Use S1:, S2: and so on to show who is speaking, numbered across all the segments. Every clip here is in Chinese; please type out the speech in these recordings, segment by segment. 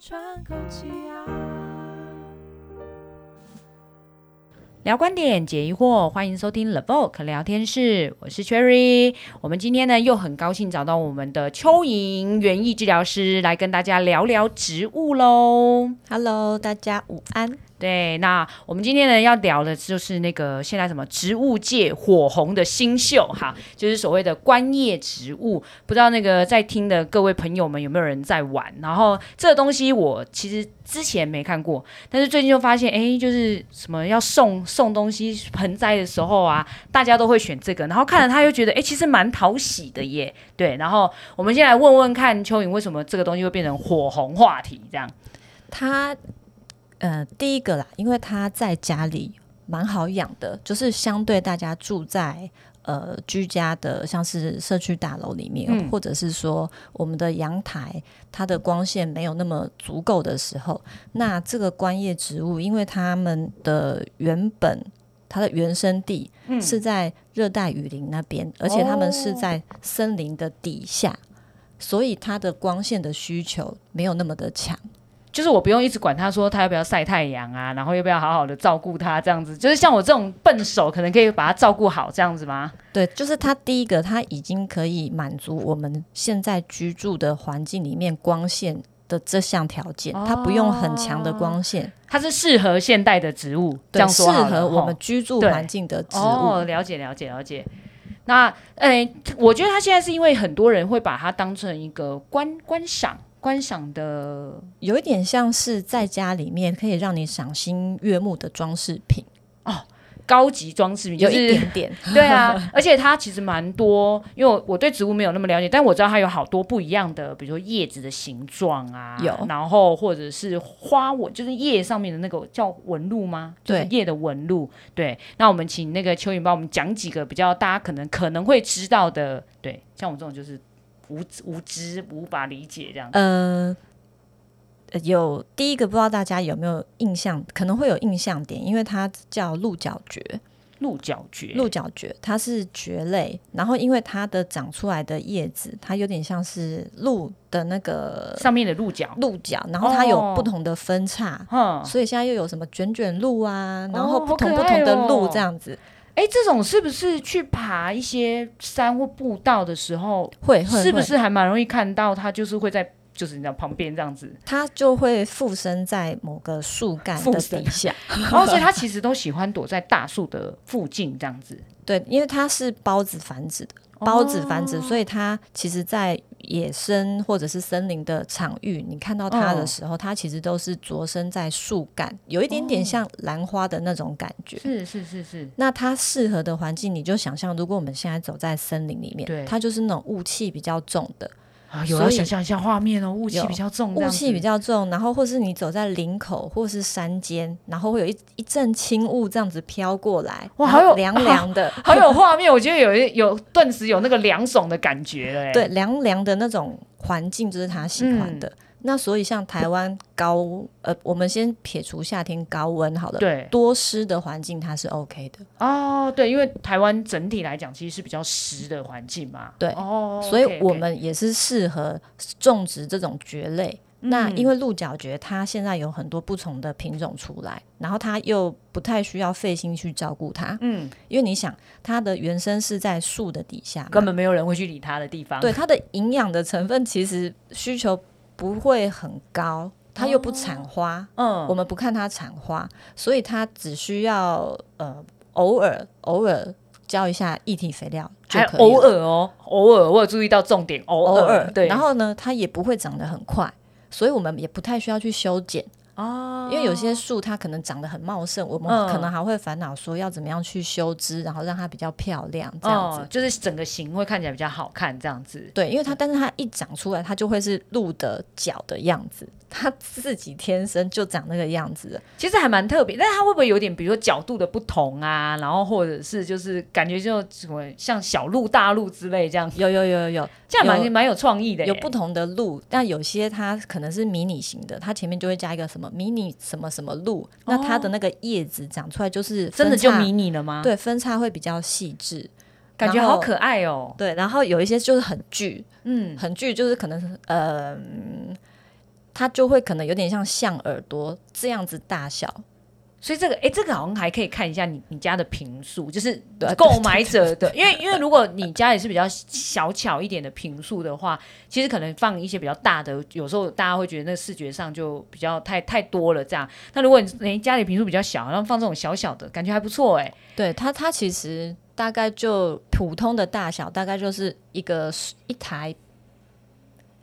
S1: 喘口气啊！
S2: 聊观点，解疑惑，欢迎收听 The Vogue 聊天室，我是 Cherry。我们今天呢又很高兴找到我们的邱莹园艺治疗师来跟大家聊聊植物喽。
S1: Hello，大家午安。
S2: 对，那我们今天呢要聊的就是那个现在什么植物界火红的新秀哈，就是所谓的观叶植物。不知道那个在听的各位朋友们有没有人在玩？然后这个东西我其实之前没看过，但是最近就发现，哎，就是什么要送送东西盆栽的时候啊，大家都会选这个，然后看了他又觉得，哎，其实蛮讨喜的耶。对，然后我们先来问问看蚯蚓为什么这个东西会变成火红话题这样。
S1: 它呃，第一个啦，因为它在家里蛮好养的，就是相对大家住在呃居家的，像是社区大楼里面，
S2: 嗯
S1: 或者是说我们的阳台，它的光线没有那么足够的时候，那这个观叶植物，因为它们的原本它的原生地
S2: 嗯
S1: 是在热带雨林那边，而且它们是
S2: 哦
S1: 在森林的底下，所以它的光线的需求没有那么的强。
S2: 就是我不用一直管他说他要不要晒太阳啊，然后要不要好好的照顾他这样子，就是像我这种笨手，可能可以把他照顾好这样子吗？
S1: 对，就是它第一个，它已经可以满足我们现在居住的环境里面光线的这项条件，它不用很强的光线，
S2: 它是适合现代的植物，哦这
S1: 对，
S2: 样
S1: 适
S2: 说好了
S1: 合我们
S2: 吼
S1: 居住
S2: 对
S1: 环境的植物。
S2: 哦，了解了解了解。那诶、我觉得他现在是因为很多人会把它当成一个观观赏观赏的
S1: 有一点像是在家里面可以让你赏心悦目的装饰品，
S2: 高级装饰品，就
S1: 有一
S2: 是
S1: 点点。
S2: 对啊，而且它其实蛮多，因为我我对植物没有那么了解，但我知道它有好多不一样的，比如说叶子的形状啊，
S1: 有
S2: 然后或者是花纹，就是叶上面的那个叫纹路吗？就是
S1: 对
S2: 叶的纹路。对，那我们请那个蚯蚓帮我们讲几个比较大家可能可能会知道的，对，像我这种就是无无知无法理解这样。
S1: 呃，呃有第一个不知道大家有没有印象，可能会有印象点，因为它叫鹿角蕨。
S2: 鹿角蕨，
S1: 鹿角蕨，它是蕨类，然后因为它的长出来的叶子，它有点像是鹿的那个
S2: 上面的鹿角，嗯
S1: 鹿角，然后它有
S2: 哦
S1: 不同的分叉。
S2: 哼，
S1: 所以现在又有什么卷卷鹿啊，然
S2: 哦
S1: 后
S2: 好
S1: 不同
S2: 可
S1: 不
S2: 爱
S1: 同的
S2: 哦
S1: 鹿这样子，
S2: 哎，这种是不是去爬一些山或步道的时候？
S1: 会哎会
S2: 是不
S1: 会
S2: 是还蛮容易看到它就是会在就是你知道旁边这样子，
S1: 它就会附身在某个树干
S2: 附
S1: 的
S2: 身
S1: 底下？
S2: 然哦后所以它其实都喜欢躲在大树的附近这样子。
S1: 对，因为它是孢子繁殖的，孢子繁
S2: 哦
S1: 殖，所以它其实，在野生或者是森林的场域，你看到它
S2: 哦
S1: 的时候，它其实都是着身在树干，有一点点像兰花的那种感觉。
S2: 哦是是是是，
S1: 那它适合的环境，你就想象，如果我们现在走在森林里
S2: 对
S1: 面，它就是那种雾气比较重的，
S2: 啊，有
S1: 所
S2: 要
S1: 以
S2: 想象一下画面哦，雾气
S1: 有
S2: 比较重，这
S1: 雾
S2: 样
S1: 气
S2: 子
S1: 比较重，然后或是你走在林口或是山间，然后会有一一阵轻雾这样子飘过来，
S2: 哇
S1: 然后
S2: 好有
S1: 凉凉的，
S2: 好有画面，我觉得有一有顿时有那个凉爽的感觉了。哎
S1: 对，，凉凉的那种环境就是他喜欢的。
S2: 嗯
S1: 那所以像台湾高呃，我们先撇除夏天高温好了，
S2: 对
S1: 多湿的环境它是 OK 的。
S2: 哦，对，因为台湾整体来讲其实是比较湿的环境嘛。
S1: 对
S2: 哦，
S1: 所以
S2: OK，OK
S1: 我们也是适合种植这种蕨类。
S2: 嗯
S1: 那因为鹿角蕨它现在有很多不同的品种出来，然后它又不太需要费心去照顾它，
S2: 嗯，
S1: 因为你想它的原生是在树的底下嘛，
S2: 根本没有人会去理它的地方。
S1: 嗯对它的营养的成分其实需求不会很高，它又不产花，
S2: 嗯，
S1: 我们不看它产花，所以它只需要呃偶尔偶尔浇一下液体肥料就
S2: 还
S1: 可以
S2: 偶
S1: 了
S2: 尔哦，偶尔我有注意到重点，偶
S1: 偶尔
S2: 对，
S1: 然后呢，它也不会长得很快。所以我们也不太需要去修剪，
S2: 哦
S1: 因为有些树它可能长得很茂盛，我们
S2: 嗯
S1: 可能还会烦恼说要怎么样去修枝，然后让它比较漂亮这样子。
S2: 哦，就是整个形会看起来比较好看，这样子。
S1: 对，因为它但是它一长出来，它就会是鹿的脚的样子，它自己天生就长那个样子了。
S2: 其实还蛮特别，但是它会不会有点，比如说角度的不同啊，然后或者是就是感觉就什么像小鹿、大鹿之类这样，
S1: 有有有有有，
S2: 这样蛮
S1: 有
S2: 蛮有创意的耶。
S1: 有不同的鹿，但有些它可能是迷你型的，它前面就会加一个什么迷你什么什么鹿，那它的那个叶子长出来就是
S2: 哦真的
S1: 分
S2: 就
S1: 叉
S2: 迷你了吗？，
S1: 对分叉会比较细致，
S2: 感觉
S1: 然后
S2: 好可爱哦。
S1: 对，然后有一些就是很巨，
S2: 嗯，
S1: 很巨就是可能呃。嗯它就会可能有点像象耳朵这样子大小，
S2: 所以这个，哎，这个好像还可以看一下你你家的平数，就是
S1: 对
S2: 购买者的，因为因为如果你家也是比较小巧一点的平数的话，其实可能放一些比较大的，有时候大家会觉得那视觉上就比较太太多了这样。那如果你诶家里平数比较小，然后放这种小小的，感觉还不错哎。
S1: 对它，它其实大概就普通的大小，大概就是一个一台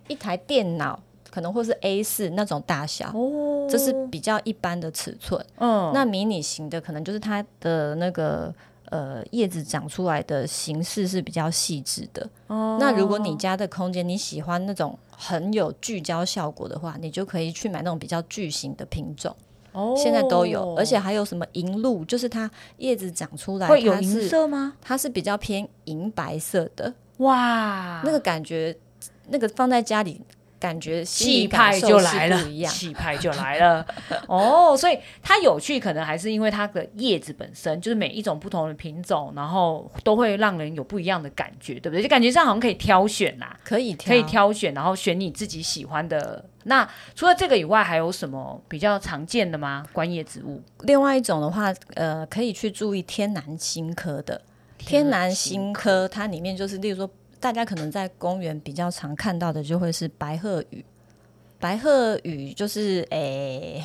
S1: 一台电脑，可能或是 A 四那种大小，
S2: 哦
S1: 这是比较一般的尺寸。
S2: 嗯
S1: 那迷你型的可能就是它的那个呃叶子长出来的形式是比较细致的。
S2: 哦
S1: 那如果你家的空间你喜欢那种很有聚焦效果的话，你就可以去买那种比较巨型的品种，
S2: 哦
S1: 现在都有，而且还有什么银鹭，就是它叶子长出来
S2: 会有
S1: 它
S2: 银
S1: 是
S2: 色吗？
S1: 它是比较偏银白色的，
S2: 哇，
S1: 那个感觉，那个放在家里感觉心
S2: 气
S1: 理感
S2: 派
S1: 受
S2: 就是来了
S1: 不一，样。
S2: 气派就来 了。哦，所以它有趣，可能还是因为它的叶子本身就是每一种不同的品种，然后都会让人有不一样的感觉，对不对？就感觉上好像可以挑选啦，
S1: 可以挑，
S2: 可以挑选，然后选你自己喜欢的。那除了这个以外，还有什么比较常见的吗？观叶植物，
S1: 另外一种的话，呃，可以去注意天南星科的天南星科，它里面就是，例如说，大家可能在公园比较常看到的，就会是白鹤羽。白鹤羽就是诶、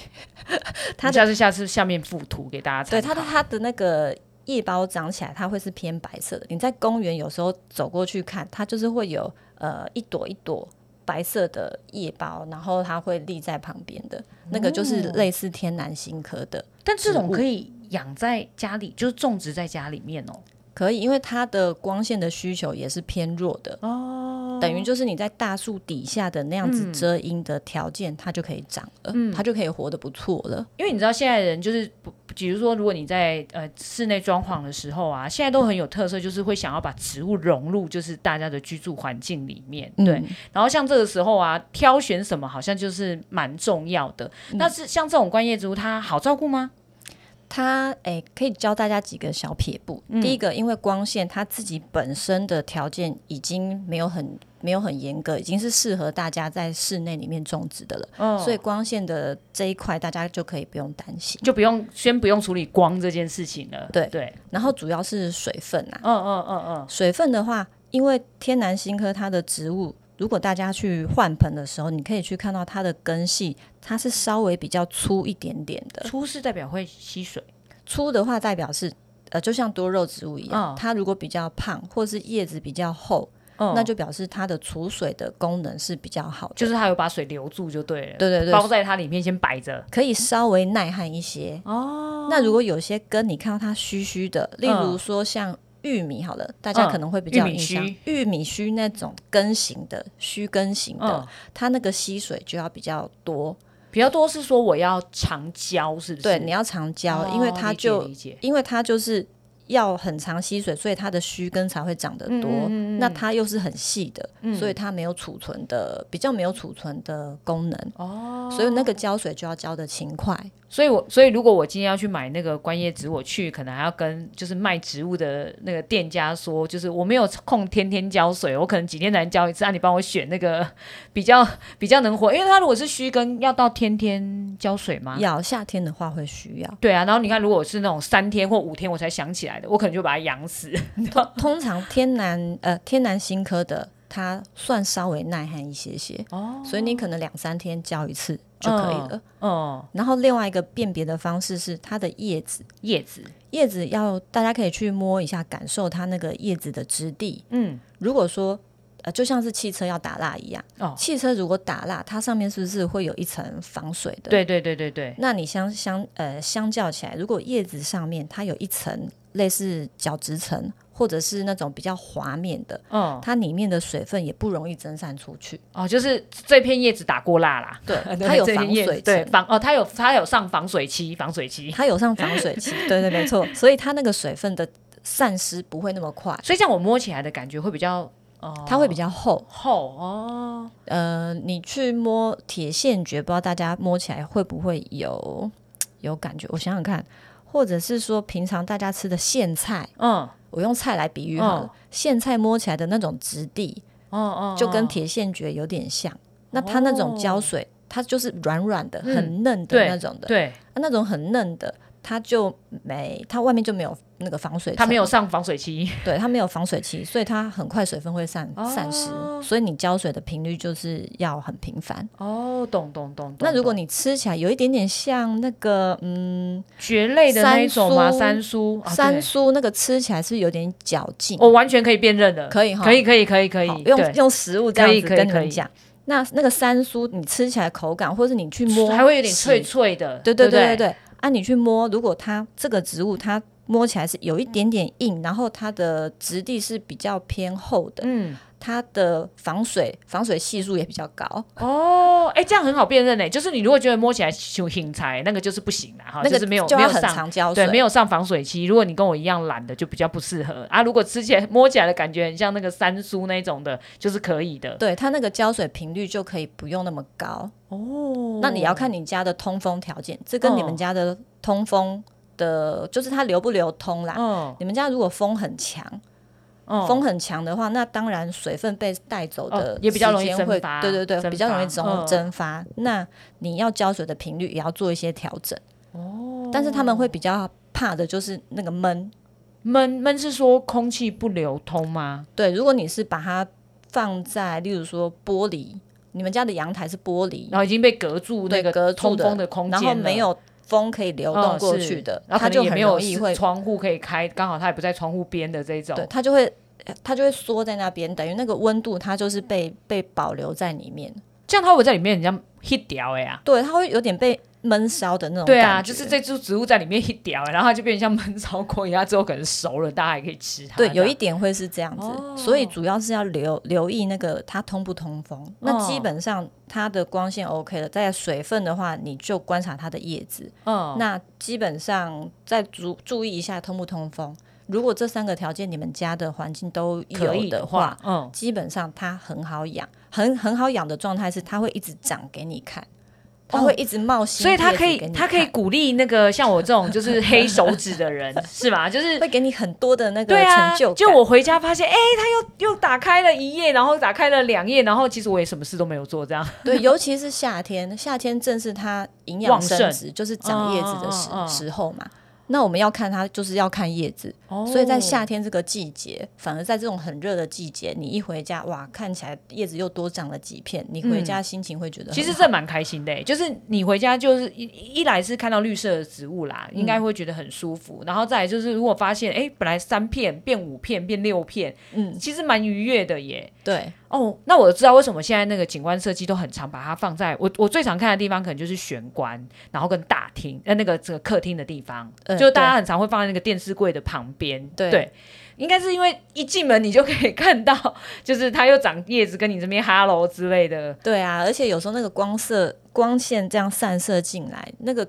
S2: 它
S1: 它
S2: 下次下次下面附图给大家参
S1: 对
S2: 考。
S1: 它的它的那个叶包长起来，它会是偏白色的。你在公园有时候走过去看，它就是会有呃一朵一朵白色的叶包，然后它会立在旁边的那个就是
S2: 哦
S1: 类似天南星科的。
S2: 但这种
S1: 植物
S2: 可以养在家里，就是种植在家里面哦。
S1: 可以，因为它的光线的需求也是偏弱的哦，等于就是你在大树底下的那样
S2: 嗯
S1: 子遮阴的条件，它就可以长了，它就可以活得不错了。
S2: 因为你知道现在人就是不，比如说如果你在呃室内装潢的时候啊，现在都很有特色，就是会想要把植物融入就是大家的居住环境里面，对。
S1: 嗯
S2: 然后像这个时候啊，挑选什么好像就是蛮重要的。那是像这种观叶植物，它好照顾吗？
S1: 它诶、可以教大家几个小撇步。第一个，因为光线它自己本身的条件已经没有很没有很严格，已经是适合大家在室内里面种植的了，
S2: 嗯，
S1: 所以光线的这一块大家就可以不用担心。
S2: 就不用先不用处理光这件事情了。
S1: 对
S2: 对，
S1: 然后主要是水分啊，
S2: 嗯嗯嗯嗯，
S1: 水分的话，因为天南星科它的植物，如果大家去换盆的时候，你可以去看到它的根系，它是稍微比较粗一点点的。
S2: 出是代表会吸水，
S1: 粗的话代表是，呃，就像多肉植物一样，
S2: 嗯
S1: 它如果比较胖，或是叶子比较厚，
S2: 嗯
S1: 那就表示它的储水的功能是比较好的。
S2: 就是它有把水留住就对了，
S1: 对对对，
S2: 包在它里面先摆着。
S1: 可以稍微耐旱一些哦。那如果有些根你看到它虚虚的，例如说像玉米好了，大家可能会比较有印象
S2: 嗯玉米，
S1: 玉米须那种根型的须根型的，
S2: 嗯，
S1: 它那个吸水就要比较多。
S2: 比较多是说我要长胶，是不是？
S1: 对，你要常浇，因为
S2: 哦
S1: 它
S2: 理解
S1: 就
S2: 理解
S1: 因为它就是要很常吸水，所以它的须根才会长得多。那它又是很细的，所以它没有储存的，比较没有储存的功能。哦，所以那个浇水就要浇的勤快。
S2: 所以我所以如果我今天要去买那个观叶植物，我去可能还要跟就是卖植物的那个店家说，就是我没有空天天浇水，我可能几天才能浇一次，那、你帮我选那个比较 比较能活，因为它如果是须根，要到天天浇水吗？
S1: 要夏天的话会需要，
S2: 对啊，然后你看，如果是那种三天或五天我才想起来的，我可能就把它养死。
S1: 通常天南呃天南星科的它算稍微耐旱一些些，哦，所以你可能两三天浇一次就可以了。
S2: 嗯，
S1: 然后另外一个辨别的方式是它的叶子。
S2: 叶子，
S1: 叶子要大家可以去摸一下，感受它那个叶子的质地。
S2: 嗯，
S1: 如果说呃，就像是汽车要打蜡一样，
S2: 哦
S1: 汽车如果打蜡，它上面是不是会有一层防水的？。
S2: 对对对对对，
S1: 那你相相呃相较起来，如果叶子上面它有一层类似角质层，或者是那种比较滑面的，
S2: 嗯，
S1: 它里面的水分也不容易蒸散出去。
S2: 哦，就是这片叶子打过蜡啦。，
S1: 对它有
S2: 这片
S1: 防
S2: 叶子
S1: 水
S2: 对
S1: 层。
S2: 防哦，它有它有上防水漆，防水漆。
S1: 它有上防水 漆，对对没错，所以它那个水分的散失不会那么快，
S2: 所以这样我摸起来的感觉会比较哦，
S1: 它会比较厚，
S2: 厚哦，
S1: 呃，你去摸铁线蕨，不知道大家摸起来会不会有有感觉？我想想看，或者是说平常大家吃的苋菜，
S2: 嗯，
S1: 我用菜来比喻好了，苋、菜摸起来的那种质地，
S2: 哦哦哦，
S1: 就跟铁线蕨有点像。那它那种胶水，它就是软软的、
S2: 嗯
S1: 很嫩的
S2: 对
S1: 那种的，
S2: 对，
S1: 啊那种很嫩的，它就没它外面就没有那个防水层，
S2: 它没有上防水 漆，
S1: 对它没有防水漆，所以它很快水分会散、散失，
S2: 哦
S1: 所以你浇水的频率就是要很频繁。
S2: 哦，懂懂懂。
S1: 那如果
S2: 你
S1: 你吃起来有一点点像那个嗯
S2: 蕨类的那一种吗？
S1: 山
S2: 三苏，啊
S1: 山
S2: 对
S1: 苏，那个吃起来是有点嚼劲，
S2: 我完全可以辨认的，
S1: 可以哈，
S2: 可以可以可以可以
S1: 好，
S2: 对
S1: 用用食物这样
S2: 可以
S1: 子
S2: 可以
S1: 跟你
S2: 可
S1: 们
S2: 以
S1: 讲。那那个山苏，你吃起来口感，或是你去摸，
S2: 还会有点脆。脆的，
S1: 对
S2: 对
S1: 对对
S2: 不
S1: 对对，啊，你去摸，如果它这个植物它摸起来是有一点点硬，然后它的质地是比较偏厚的，
S2: 嗯，
S1: 它的防水防水系数也比较高，
S2: 哦，哎，这样很好辨认诶，就是你如果觉得摸起来就挺柴，那个啊就是不行啦，哈，
S1: 那个
S2: 是没有
S1: 就
S2: 没
S1: 要
S2: 有
S1: 很
S2: 上。
S1: 常浇水，
S2: 对，没有上防水漆。如果你跟我一样懒的，就比较不适合啊。如果吃起来摸起来的感觉很像那个三苏那种的，就是可以的。
S1: 对它那个浇水频率就可以不用那么高。
S2: 哦
S1: 那你要看你家的通风条件，这跟你们
S2: 哦
S1: 家的通风的，就是它流不流通啦。
S2: 嗯
S1: 你们家如果风很强，
S2: 嗯
S1: 风很强的话，那当然水分被带走的、
S2: 哦也比较容易
S1: 会
S2: 蒸发
S1: 对对对，
S2: 蒸
S1: 比较容易
S2: 发
S1: 蒸
S2: 嗯
S1: 蒸发。那你要浇水的频率也要做一些调整。哦，但是他们会比较怕的就是那个闷。
S2: 闷闷是说空气不流通吗？
S1: 对，如果你是把它放在，例如说玻璃，你们家的阳台是玻璃，
S2: 然后已经被隔住那
S1: 对
S2: 个
S1: 隔住
S2: 通
S1: 的
S2: 风的空间
S1: 然
S2: 了，
S1: 后没有风可以流动
S2: 嗯
S1: 过
S2: 是
S1: 去的，
S2: 然后
S1: 它
S2: 可
S1: 就
S2: 能也
S1: 很
S2: 没有
S1: 容易
S2: 是
S1: 会，
S2: 窗户可以开，刚好它也不在窗户边的这种。
S1: 对，它就会。它就会缩在那边，等于那个温度它就是被被保留在里面，
S2: 这样它会在里面人家 hit 掉哎呀。
S1: 对，它会有点被闷烧的那种
S2: 对啊，
S1: 感
S2: 就
S1: 觉
S2: 是这株植物在里面 hit 掉欸，然后它就变成像闷烧锅一样，之后可能熟了，大家还可以吃它这
S1: 对
S2: 样。，
S1: 有一点会是这样子，
S2: 哦
S1: 所以主要是要留留意那个它通不通风。那
S2: 嗯
S1: 基本上它的光线 OK 了，在水分的话，你就观察它的叶子。
S2: 嗯，
S1: 那基本上再注注意一下通不通风。如果这三个条件你们家的环境都
S2: 可
S1: 有
S2: 以
S1: 的
S2: 话
S1: 话，，
S2: 嗯，
S1: 基本上它很好养，很很好养的状态是它会一直长给你看，它
S2: 哦
S1: 会一直冒新
S2: 所以它
S1: 叶子
S2: 可以
S1: 给，你
S2: 它可以
S1: 看
S2: 鼓励那个像我这种就是黑手指的人， 是吗？就是
S1: 会给你很多的那个
S2: 对啊，
S1: 成就感。
S2: 我回家发现，哎、他又又打开了一页，然后打开了两页，然后其实我也什么事都没有做，这样
S1: 对，尤其是夏天，夏天正是它营养
S2: 旺
S1: 升
S2: 盛
S1: 值，就是长叶子的时
S2: 嗯嗯嗯嗯
S1: 时候嘛。那我们要看它，就是要看叶子。所以
S2: 哦
S1: 在夏天这个季节，反而在这种很热的季节，你一回家，哇，看起来叶子又多长了几片，你回家心情会觉得很好、
S2: 嗯其实这蛮开心的、欸就是你回家就是一一来是看到绿色的植物啦，
S1: 嗯
S2: 应该会觉得很舒服，然后再来就是如果发现，哎、本来三片变五片变六片，
S1: 嗯，
S2: 其实蛮愉悦的耶。
S1: 对，
S2: 哦，那我知道为什么现在那个景观设计都很常把它放在我我最常看的地方，可能就是玄关，然后跟大厅，呃，那个这个客厅的地方，
S1: 嗯
S2: 就大家很常会放在那个电视柜的旁边。
S1: 对
S2: 应该是因为一进门你就可以 看到，就是它又长叶子，跟你这边哈喽之类的。
S1: 对啊，而且有时候那个光色光线这样散射进来，那个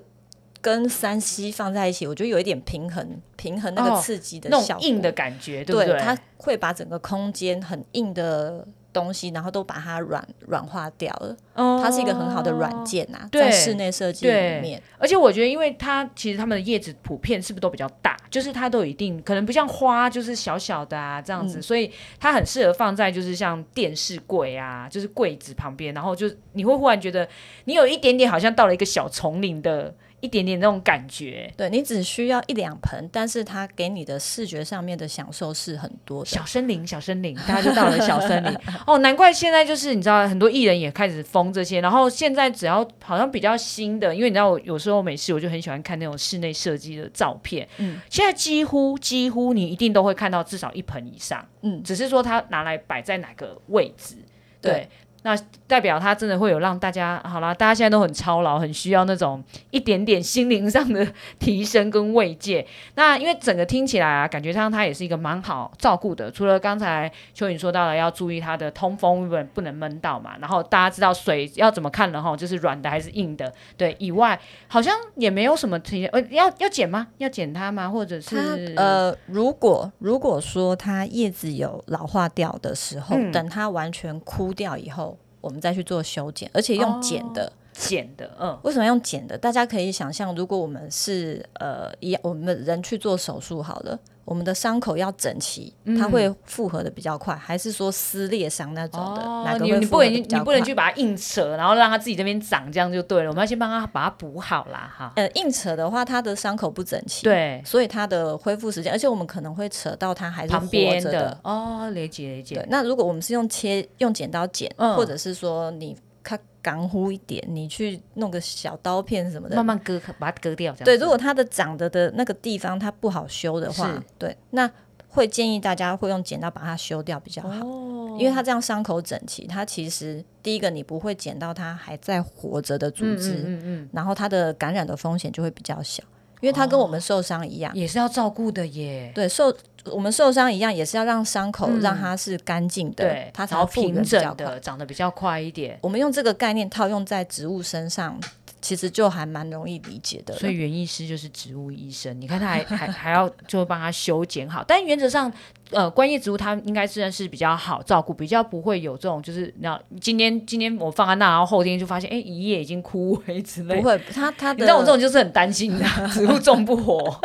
S1: 跟山西放在一起，我觉得有一点平衡，平衡那个
S2: 哦
S1: 刺激的
S2: 那
S1: 效
S2: 种
S1: 果。
S2: 硬的感觉，对不
S1: 对
S2: 对？
S1: 它会把整个空间很硬的东西，然后都把它软软化掉了。
S2: 哦
S1: 它是一个很好的软件呐、
S2: 对
S1: 在室内设计里面，
S2: 而且我觉得，因为它其实它们的叶子普遍是不是都比较大，就是它都有一定可能不像花就是小小的啊这样子，
S1: 嗯
S2: 所以它很适合放在就是像电视柜啊，就是柜子旁边，然后就你会忽然觉得你有一点点好像到了一个小丛林的一点点那种感觉，
S1: 对你只需要一两盆，但是它给你的视觉上面的享受是很多的
S2: 小。森林，小森林，大家就到了小森林哦，难怪现在就是你知道很多艺人也开始疯这些，然后现在只要好像比较新的，因为你知道我有时候没事我就很喜欢看那种室内设计的照片，
S1: 嗯
S2: 现在几乎几乎你一定都会看到至少一盆以上，
S1: 嗯，
S2: 只是说它拿来摆在哪个位置，对。
S1: 对
S2: 那代表它真的会有让大家好啦，大家现在都很操劳，很需要那种一点点心灵上的提升跟慰藉。那因为整个听起来啊，感觉上它也是一个蛮好照顾的。除了刚才蚯蚓说到了要注意它的通风，不能不能闷到嘛。然后大家知道水要怎么看了哈，就是软的还是硬的，对。以外好像也没有什么提，呃，要要剪吗？要剪它吗？或者是
S1: 它呃，如果如果说它叶子有老化掉的时候，
S2: 嗯
S1: 等它完全枯掉以后，我们再去做修剪，而且用剪的。
S2: 哦剪的，嗯。
S1: 为什么用剪的？大家可以想象，如果我们是呃一我们人去做手术好了，我们的伤口要整齐，它
S2: 嗯
S1: 会复合的比较快，还是说撕裂伤那种的，哪
S2: 哦
S1: 个
S2: 你
S1: 会
S2: 你
S1: 复
S2: 不
S1: 合
S2: 能
S1: 得比
S2: 你
S1: 较
S2: 不
S1: 快
S2: 能？去把它硬扯，然后让它自己这边长，这样就对了。我们要先帮它把它补好啦，哈。
S1: 呃，硬扯的话，它的伤口不整齐，，
S2: 对，
S1: 所以它的恢复时间，而且我们可能会扯到它还是
S2: 旁
S1: 活
S2: 边
S1: 着
S2: 的哦，理解理
S1: 对
S2: 解，，
S1: 那如果我们是用切用剪刀剪，
S2: 嗯
S1: 或者是说你它干乎一点，你去弄个小刀片什么的，
S2: 慢慢割，把它割掉，这样
S1: 对，
S2: 子
S1: 如果它的长得的那个地方它不好修的话
S2: 是，
S1: 对，那会建议大家会用剪刀把它修掉比较好，
S2: 哦，
S1: 因为它这样伤口整齐，它其实第一个你不会剪到它还在活着的组
S2: 嗯
S1: 织，
S2: 嗯嗯
S1: 然后它的感染的风险就会比较小，因为它
S2: 哦
S1: 跟我们受伤一样，
S2: 嗯，也是要照顾的耶。
S1: 对，受我们受伤一样也是要让伤口、
S2: 嗯
S1: 让它是干净的
S2: 对，，
S1: 它才
S2: 然后
S1: 会复原
S2: 平
S1: 比较
S2: 整
S1: 快。
S2: 的，长得比较快一点。
S1: 我们用这个概念套用在植物身上，其实就还蛮容易理解的了。
S2: 所以园艺师就是植物医生，你看他还 还还要就帮他修剪好，但原则上，呃，观叶植物它应该虽然是比较好照顾，比较不会有这种就是那今天今天我放在那，然后后天就发现哎一夜已经枯萎之类
S1: 不
S2: 的。
S1: 会，它它
S2: 你
S1: 的
S2: 知道我这种就是很担心的， 植物种不活。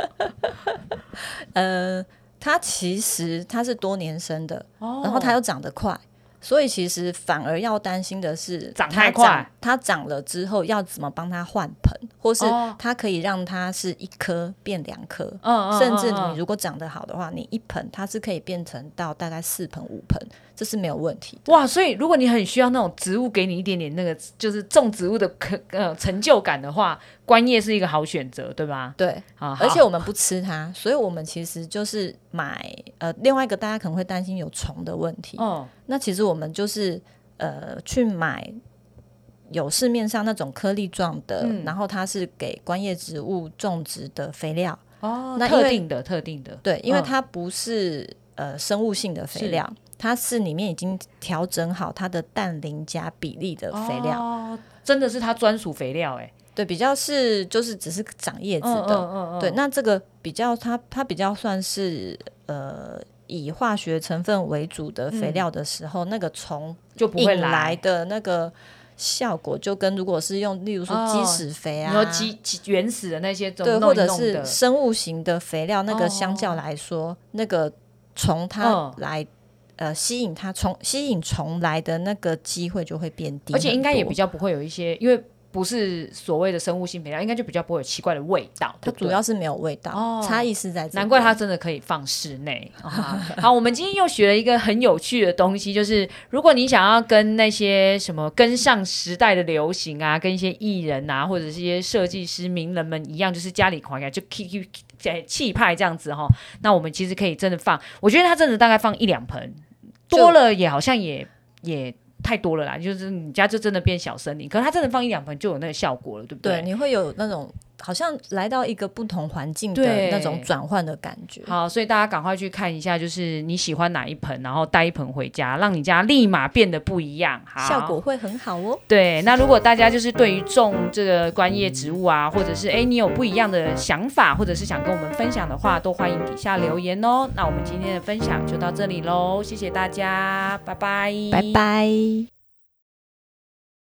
S1: 呃，它其实它是多年生的，
S2: 哦
S1: 然后它又长得快，所以其实反而要担心的是
S2: 长
S1: 它
S2: 太快，
S1: 它长了之后要怎么帮它换盆，或是
S2: 哦
S1: 它可以让它是一颗变两颗。
S2: 嗯嗯
S1: 甚至
S2: 嗯
S1: 你
S2: 嗯
S1: 如果长得好的话，你一盆它是可以变成到大概四盆五盆，这是没有问题的。
S2: 哇，所以如果你很需要那种植物给你一点点那个就是种植物的可呃成就感的话，观叶是一个好选择，对吧？
S1: 对，
S2: 啊，好
S1: 而且我们不吃它，所以我们其实就是买呃，另外一个大家可能会担心有虫的问题，
S2: 哦
S1: 那其实我们就是呃去买有市面上那种颗粒状的，
S2: 嗯
S1: 然后它是给观叶植物种植的肥料，
S2: 哦，
S1: 那因为
S2: 特定的特定的，
S1: 对，因为
S2: 嗯
S1: 它不是、呃生物性的肥
S2: 是
S1: 料，它是里面已经调整好它的氮磷钾比例的肥料，
S2: 哦、真的是它专属肥料哎、
S1: 对，比较是就是只是长叶子的，
S2: 嗯
S1: 对，，那这个比较它它比较算是呃。以化学成分为主的肥
S2: 嗯
S1: 料的时候，那个虫
S2: 就不会
S1: 引来的那个效果，就跟如果是用，例如说
S2: 哦
S1: 鸡屎肥
S2: 你
S1: 啊，
S2: 说鸡鸡原始的那些怎
S1: 对，
S2: 么弄
S1: 或
S2: 一
S1: 者
S2: 弄
S1: 是
S2: 的，哦
S1: 生物型的肥料，那个相较来说，那个虫它
S2: 嗯
S1: 来、呃吸引它虫吸引虫来的那个机会就会变低
S2: 而
S1: 很多，
S2: 且应该也比较不会有一些，因为不是所谓的生物性肥料，应该就比较不会有奇怪的味道。
S1: 它
S2: 对不对
S1: 主要是没有味道，
S2: 哦
S1: 差异是在这边，
S2: 难怪它真的可以放室内、啊！好，我们今天又学了一个很有趣的东西，就是如果你想要跟那些什么跟上时代的流行啊，跟一些艺人啊，或者是一些设计师、名人们一样，就是家里狂呀，就 Q Q 气派这样子哈、那我们其实可以真的放，我觉得它真的大概放一两盆，
S1: 就
S2: 多了也好像也也。太多了啦，就是你家就真的变小森林，可是它真的放一两盆就有那个效果了，对不
S1: 对，你会有那种好像来到一个不同环境的
S2: 对
S1: 那种转换的感觉。
S2: 好，所以大家赶快去看一下，就是你喜欢哪一盆，然后带一盆回家，让你家立马变得不一样。好，
S1: 效果会很好哦，
S2: 对。那如果大家就是对于种这个观叶植物啊，或者是诶你有不一样的想法，或者是想跟我们分享的话，都欢迎底下留言哦。那我们今天的分享就到这里喽，谢谢大家，拜拜，
S1: 拜拜。